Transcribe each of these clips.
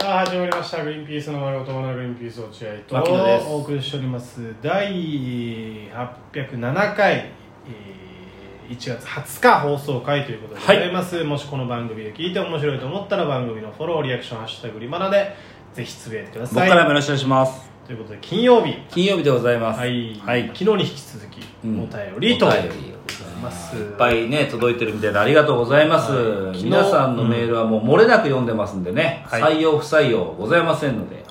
さあ始まりました「グリーンピースの丸ごと学ぶグリーンピース落合」牧野ですとお送りしております第807回、えー1月20日放送回ということでございます、もしこの番組で聞いて面白いと思ったら番組のフォローリアクション「ハッシュタグリマナ」でぜひつぶやいてくだ僕さいからもよろしくお願いしますということで金曜日金曜日でございますはい、はい昨日に引き続きおうん便りと、お便りをますいっぱいね届いてるみたいでありがとうございます、はい皆さんのメールはもう漏れなく読んでますんでね、はい採用不採用ございませんので、はい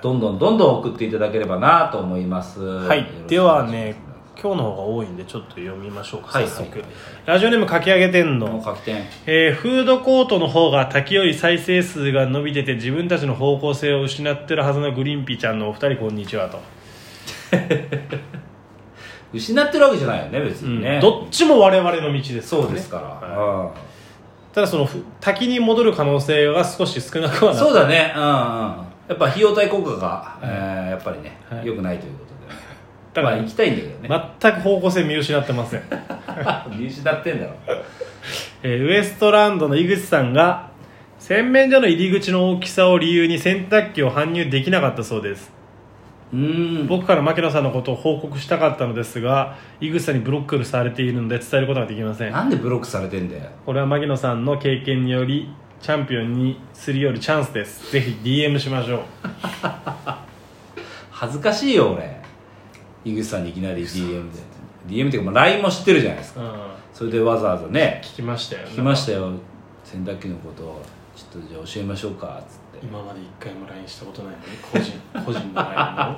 どんどんどんどん送っていただければなと思いますはいよろしくお願しますではね今日の方が多いんでちょっと読みましょうかはい早速、はいはいラジオネームかき上げ天このの書き点えーフードコートの方が滝より再生数が伸びてて自分たちの方向性を失ってるはずのグリンピちゃんのお二人こんにちはと、失ってるわけじゃないよね別にね、どっちも我々の道です、ね、そうですから、うんただそのふ滝に戻る可能性が少し少なくはなそうだだね、うんうん、やっぱ費用対効果が、えーやっぱりね、はい良くないということで、だまかあら、行きた いんだけど ね、全く方向性見失ってません、見失ってんだろえーウエストランドの井口さんが洗面所の入り口の大きさを理由に洗濯機を搬入できなかったそうですうーん僕から牧野さんのことを報告したかったのですが井口さんにブロックされているので伝えることができません なんでブロックされてんだよこれは牧野さんの経験によりチャンピオンにすり寄るチャンスですぜひ DM しましょう恥ずかしいよ俺井口さんにいきなり DM で DM っていうか、まあ、LINE も知ってるじゃないですかうんそれでわざわざね聞きましたよ聞きましたよ洗濯機のことをちょっとじゃあ教えましょうかっつって今まで一回も LINE したことないのに個人 個人の LINE を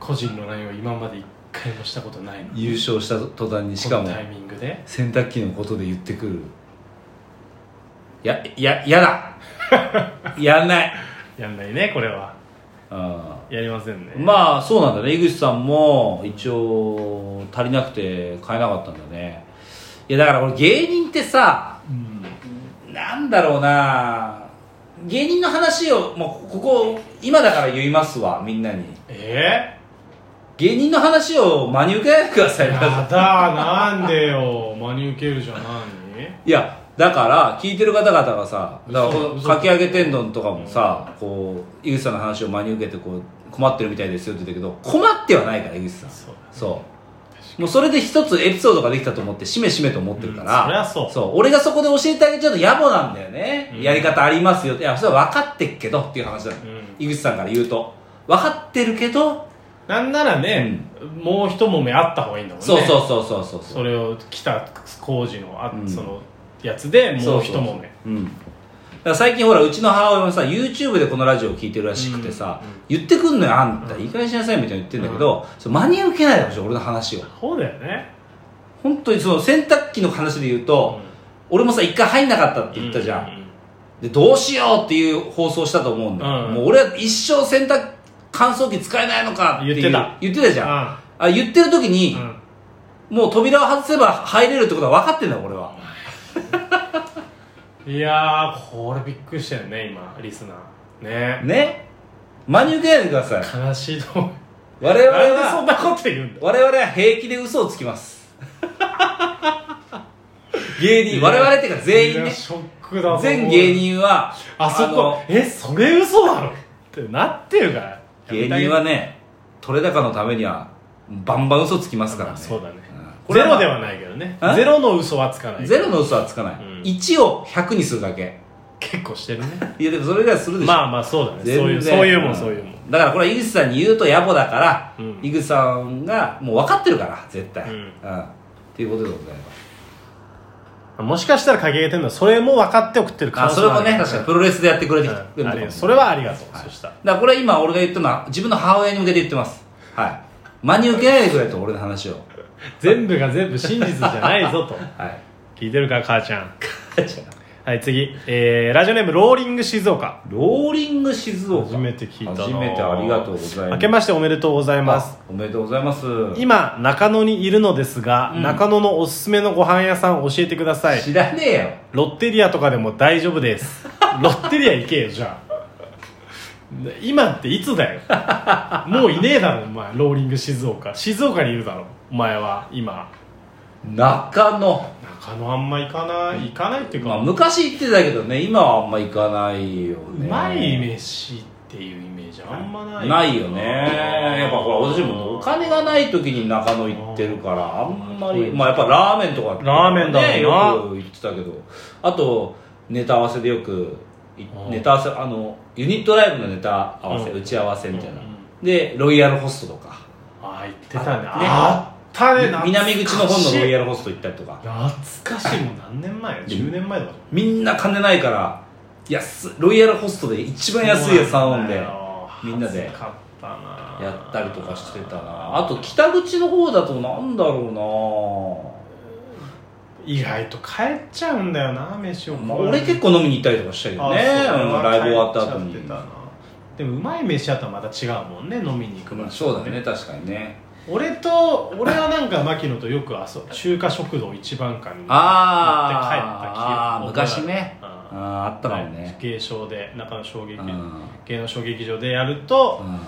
個人の LINE を今まで一回もしたことないのに優勝した途端にしかこものタイミングで洗濯機のことで言ってくるやややだ やんないやんないねこれはうんやりませんねまあそうなんだね井口さんも一応足りなくて買えなかったんだねいやだからこれ芸人ってさうんなんだろうな芸人の話をもうここ今だから言いますわみんなにえ芸人の話を真に受けないでくださー、いや皆さんだなんでよ真に受けるじゃないいやだから聞いてる方々がさだからこ嘘の嘘かき揚げ天丼とかもさこう井口さんの話を真に受けてこう困ってるみたいですよって言ったけど困ってはないから井口さんそうだそうもうそれで一つエピソードができたと思ってしめしめと思ってるから、うんそりゃそう俺がそこで教えてあげちゃうと野暮なんだよね、うんやり方ありますよっていやそれは分かってっけどっていう話だ、ん井口さんから言うと分かってるけど、なんならね、もう一揉めあった方がいいんだもんねそうそうそうそうそうそれを来た工事のあ、うんそのやつでもう一も問目ねうんだから最近ほらうちの母親もさ YouTube でこのラジオを聞いてるらしくてさ、うんうん言ってくんのよあんた、いい加減にしなさいみたいに言ってんだけど、それ真に受けないでほしい俺の話をそうだよね、本当にその洗濯機の話で言うと、俺もさ一回入んなかったって言ったじゃん、うでどうしようっていう放送したと思うんだよ、うんもう俺は一生洗濯乾燥機使えないのかっていう言ってた言ってたじゃんああ言ってる時うに、んもう扉を外せば入れるってことは分かってんだよ俺は、いやーこれびっくりしたよね今リスナーねね真に受けないでください悲しいと思う我々なんでそんはなこと言うんだ我々は平気で嘘をつきます 芸人我々っていうか全員いやねショックだ全芸人人はあそこのえそれ嘘だろってなってるから芸人はね取れ高のためにはバンバン嘘つきますからまねあそうだねんこれゼまロあではないけどねあゼロの嘘はつかないゼロの嘘はつかない、うん1を100にするだけ結構してるねいやでもそれぐらいするでし ょまあまあそうだねそういうそういうもんそういうもんだからこれは井口さんに言うと野暮だから、うん井口さんがもう分かってるから絶対うんっていうことでございますもしかしたら影げてるのはそれも分かって送ってる可あ能性それもね確かにプロレスでやってくれてうるんとかありがもとうそれはありがとう、そしたらだからこれは今俺が言ったのは自分の母親に向けて言ってますはい真に受けないでくれと俺の話を全部が全部真実じゃないぞと はい 聞いてるか母ちゃんはい次、えー、ラジオネームローリング静岡ローリング静岡初めて聞いたな初めてありがとうございます明けましておめでとうございますおめでとうございます今中野にいるのですが、うん中野のおすすめのご飯屋さん教えてください知らねえよロッテリアとかでも大丈夫ですロッテリア行けよじゃあ今っていつだよもういねえだろお前ローリング静岡静岡にいるだろお前は今中野中野あんま行かない行かないっていうまか、あ昔行ってたけどね今はあんま行かないようねまい飯っていうイメージあんまないないよねやっぱほら私もお金がない時に中野行ってるからあんまりまあやっぱラーメンとかラーメンだろうなねよく行ってたけどあとネタ合わせでよくいうんネタ合わせあのユニットライブのネタ合わせ、うん打ち合わせみたいな、うんでロイヤルホストとかあ行ってたねねあったね懐かしい南口の本のロイヤルホスト行ったりとか懐かしいもう何年前10年前とかみんな金ないから安いロイヤルホストで一番安いやつ頼んでみんなで恥ずかったなやったりとかしてたなあと北口の方だとなんだろ意外と帰っちゃうんだよな飯をうな、まあ、俺結構飲みに行ったりとかしたけどあねそううんまあライブ終わった後に帰っちゃってたなでもうまい飯あとはまた違うもんね飲みに行くまあのそうだね確かにね俺と俺はなんか牧野とよく遊ぶ中華食堂一番館にあーあー乗って帰った昔ねあーあーあったかもね、芸商で中野衝撃うん芸能小劇場でやるとうん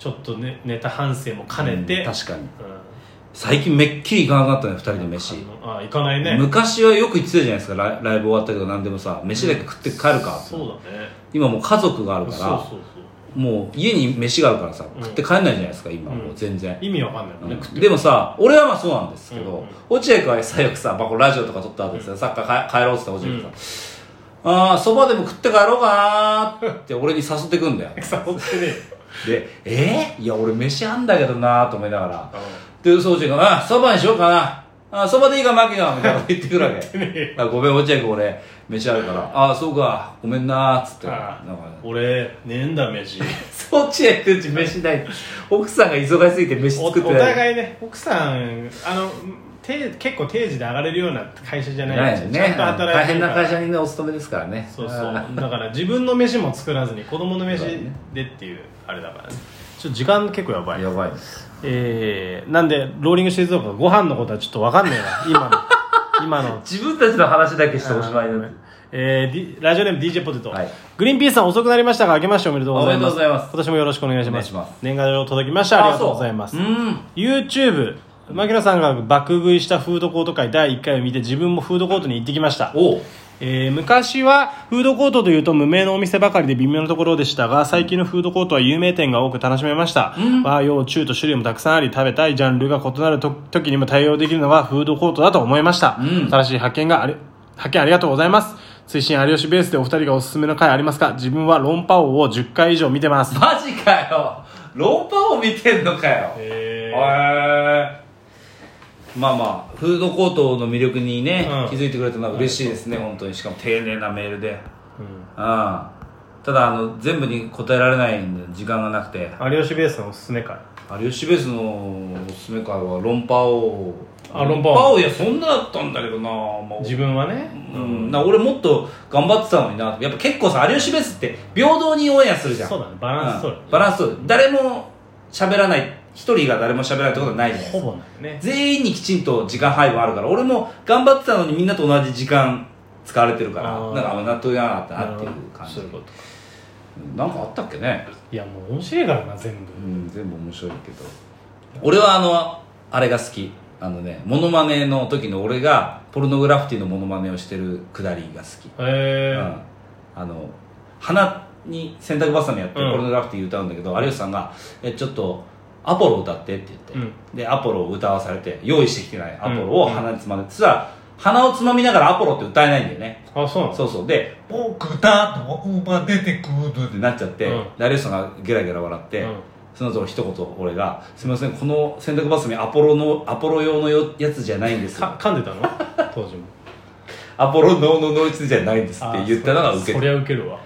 ちょっと、ね、ネタ反省も兼ねて、うん確かにうん最近めっきり行かなかったね2人で飯あ行かないね昔はよく行ってたじゃないですかライライブ終わったけど何でもさ飯だけ食って帰るか、そうだね今もう家族があるそうかそうらそうもう家に飯があるからさうん食って帰んないじゃないですか、今もう全然、意味わかんないもんね、食ってでもさ俺はまあそうなんですけど、うんうん落合君は最悪さ、まあ、このラジオとか撮った後ですよ、サッカー帰帰ろうって言った落合君さ、ああそばでも食って帰ろうかな ーって俺に誘ってくんだよ誘ってねでえー、いや俺飯あんだけどなーと思いながらあで落合君が「あそばにしようかな」あそばでいいか、マキがみたいなこと言ってくるわ け。あごめん、落合君、俺、飯あるから。ああ、そうか、ごめんなー、つって。あなんか俺ねえんだ 飯そっちへ行ってうち飯ない奥さんが忙しすぎて飯おお作ってない互いね奥さんあのて結構定時で上がれるような会社じゃないないよちゃねんと働大いて変るかなら会社にねお勤めですからねそうそうあーだから自分の飯も作らずに子供の飯そうだねでっていうあれだからねちょっと時間結構やばいやばいですえー、なんでローリングシーズンオープンご飯のことはちょっと分かんねえな今の今 の自分たちの話だけしておしまいなんでえー、D- ラジオネーム DJ ポテト、はいグリーンピースさん遅くなりましたが明けましておめでとうございますおめでとうございます今年もよろしくお願いしますお願いします年賀状届きましたありがとうございますあそううん YouTube 牧野さんが爆食いしたフードコート会第1回を見て自分もフードコートに行ってきましたおうえー昔はフードコートというと無名のお店ばかりで微妙なところでしたが最近のフードコートは有名店が多く楽しめました、和洋中と種類もたくさんあり食べたいジャンルが異なると時にも対応できるのがフードコートだと思いました、うん新しい発見があり発見ありがとうございます推進有吉ベースでお二人がおすすめの回ありますか自分は論破王を10回以上見てますマジかよ論破を見てんのかよへええまあまあフードコートの魅力にね、うん気づいてくれたのは嬉しいですね、本当にしかも丁寧なメールでうんああただあの全部に答えられないんで時間がなくて有吉ベースのおすすめ回有吉ベースのおすすめ会は論破王あ論破王いやそんなだったんだけどな、まあ自分はね、うん、な俺もっと頑張ってたのになやっぱ結構さ有吉ベースって平等にオンエアするじゃんそうだねバランス取るうんバランス取る誰も喋らない一人が誰も喋らないってことはないじゃないですほかぼないね全員にきちんと時間配分あるから俺も頑張ってたのにみんなと同じ時間使われてるからあーなんかあんま納得いかなかったなっていう感じそういうことかなんかあったっけねいやもう面白いからな全部うん、全部面白いけど俺はあのあれが好きあのねモノマネの時の俺がポルノグラフィティのモノマネをしてるくだりが好き、へえうんあの鼻に洗濯バサミやってうんポルノグラフィティ歌うんだけど、有吉さんが「えちょっとアポロ歌って」って言って、でアポロを歌わされて用意してきてないアポロを鼻につまんで、そしたら鼻をつまみながらアポロって歌えないんだよねあそうなのそうそうで「僕だと馬出てくる」ってなっちゃって、うんで有吉さんがゲラゲラ笑って、うんその後一言俺が「すみませんこの洗濯バサミアポロのアポロ用のよやつじゃないんですか噛んでた の当時もアポロのののやつじゃないんです」って言ったのがウケそてりゃウケるわ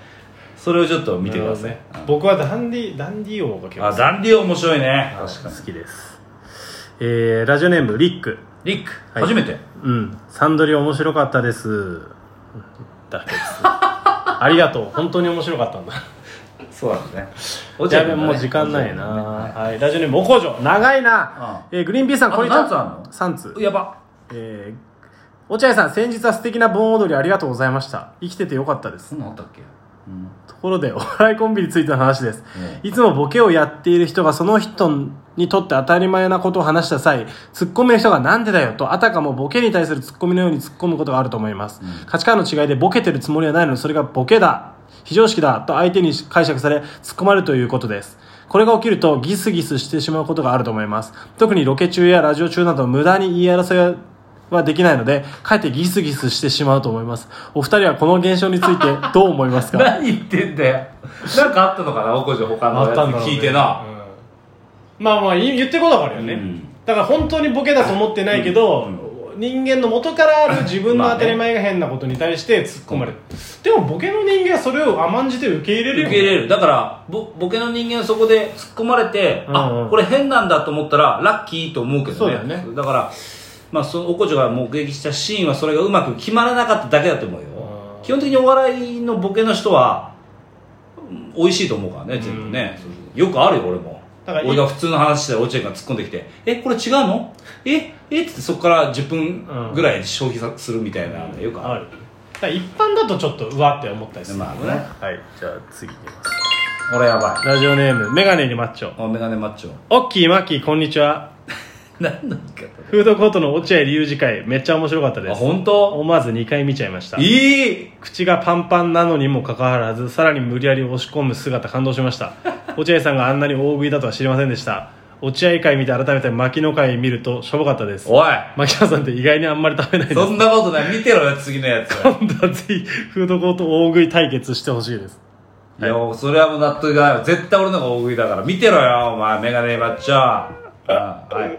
それをちょっと見てください、なるほどね僕はダンディダンディ王が結あ構ダンディオ面白いね確かに好きですえーラジオネームリックリック、はい初めてうんサンドリ面白かったですうんだけです ありがとう本当に面白かったんだそうなんですねおやべもう時間ないな、はい、ラジオネームおこじょ長いな、えーグリーンピースさんあこんにち何つあんはの3通やばえー落合さん先日は素敵な盆踊りありがとうございました生きててよかったですそんなんあったっけ うんところでお笑いコンビについての話ですいつもボケをやっている人がその人にとって当たり前なことを話した際、ツッコミの人がなんでだよと、あたかもボケに対するツッコミのように突っ込むことがあると思います。うん価値観の違いでボケてるつもりはないのに、それがボケだ、非常識だと相手に解釈され、突っ込まれるということです。これが起きるとギスギスしてしまうことがあると思います。特にロケ中やラジオ中など無駄に言い争いはできないので、かえってギスギスしてしまうと思います。お二人はこの現象についてどう思いますか何言ってんだよなんかあったのかなおこじ他のやつ聞いてな、うんまあまあい言ってることは分かるよね、うんだから本当にボケだと思ってないけど、人間の元からある自分の当たり前が変なことに対して突っ込まれる、でもボケの人間はそれを甘んじて受け入れる受よけ入れるだからボボケの人間はそこで突っ込まれて、うんうんあこれ変なんだと思ったらラッキーと思うけどねそうだよねから、まあ、そのおこじょが目撃したシーンはそれがうまく決まらなかっただけだと思うようん基本的にお笑いのボケの人はうん美味しいと思うからね全部ね、よくあるよ俺もだからい俺が普通の話してたら落合が突っ込んできて「えこれ違うのええっ?」て言ってそこから10分ぐらい消費さするみたいなのよくあある、るだから一般だとちょっとうわって思ったりする、まあねはい、じゃあ次いきます。これやばいラジオネーム、メガネにマッチョ。おメガネマッチョオッキーマッキーこんにちは何の言い方フードコートの落合隆二会めっちゃ面白かったであす本当思わず2回見ちゃいました。いい口がパンパンなのにもかかわらず、さらに無理やり押し込む姿感動しま した。落合さんがあんなに大食いだとは知りませんでした。落合会見て改めて牧野会見るとしょぼかったです。おい牧野さんって意外にあんまり食べないです。そんなことない見てろよ次のやつ今度はぜひ、フードコート大食い対決してほしいです。いやそれはもう納得がないわ絶対俺の方が大食いだから見てろよお前メガネマッチョあはい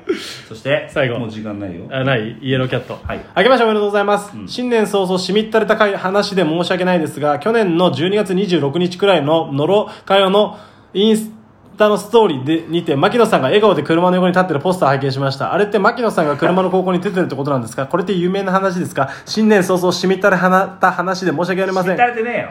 そして最後もう時間ないよあないイエローキャット、はいあけましておめでとうございます、新年早々しみったれたかい話で申し訳ないですが去年の12月26日くらいの野呂佳代のインスタのストーリーでにて牧野さんが笑顔で車の横に立ってるポスター拝見しましたあれって牧野さんが車の高校に出てるってことなんですかこれって有名な話ですか新年早々しみったれはなた話で申し訳ありません知られてねえよ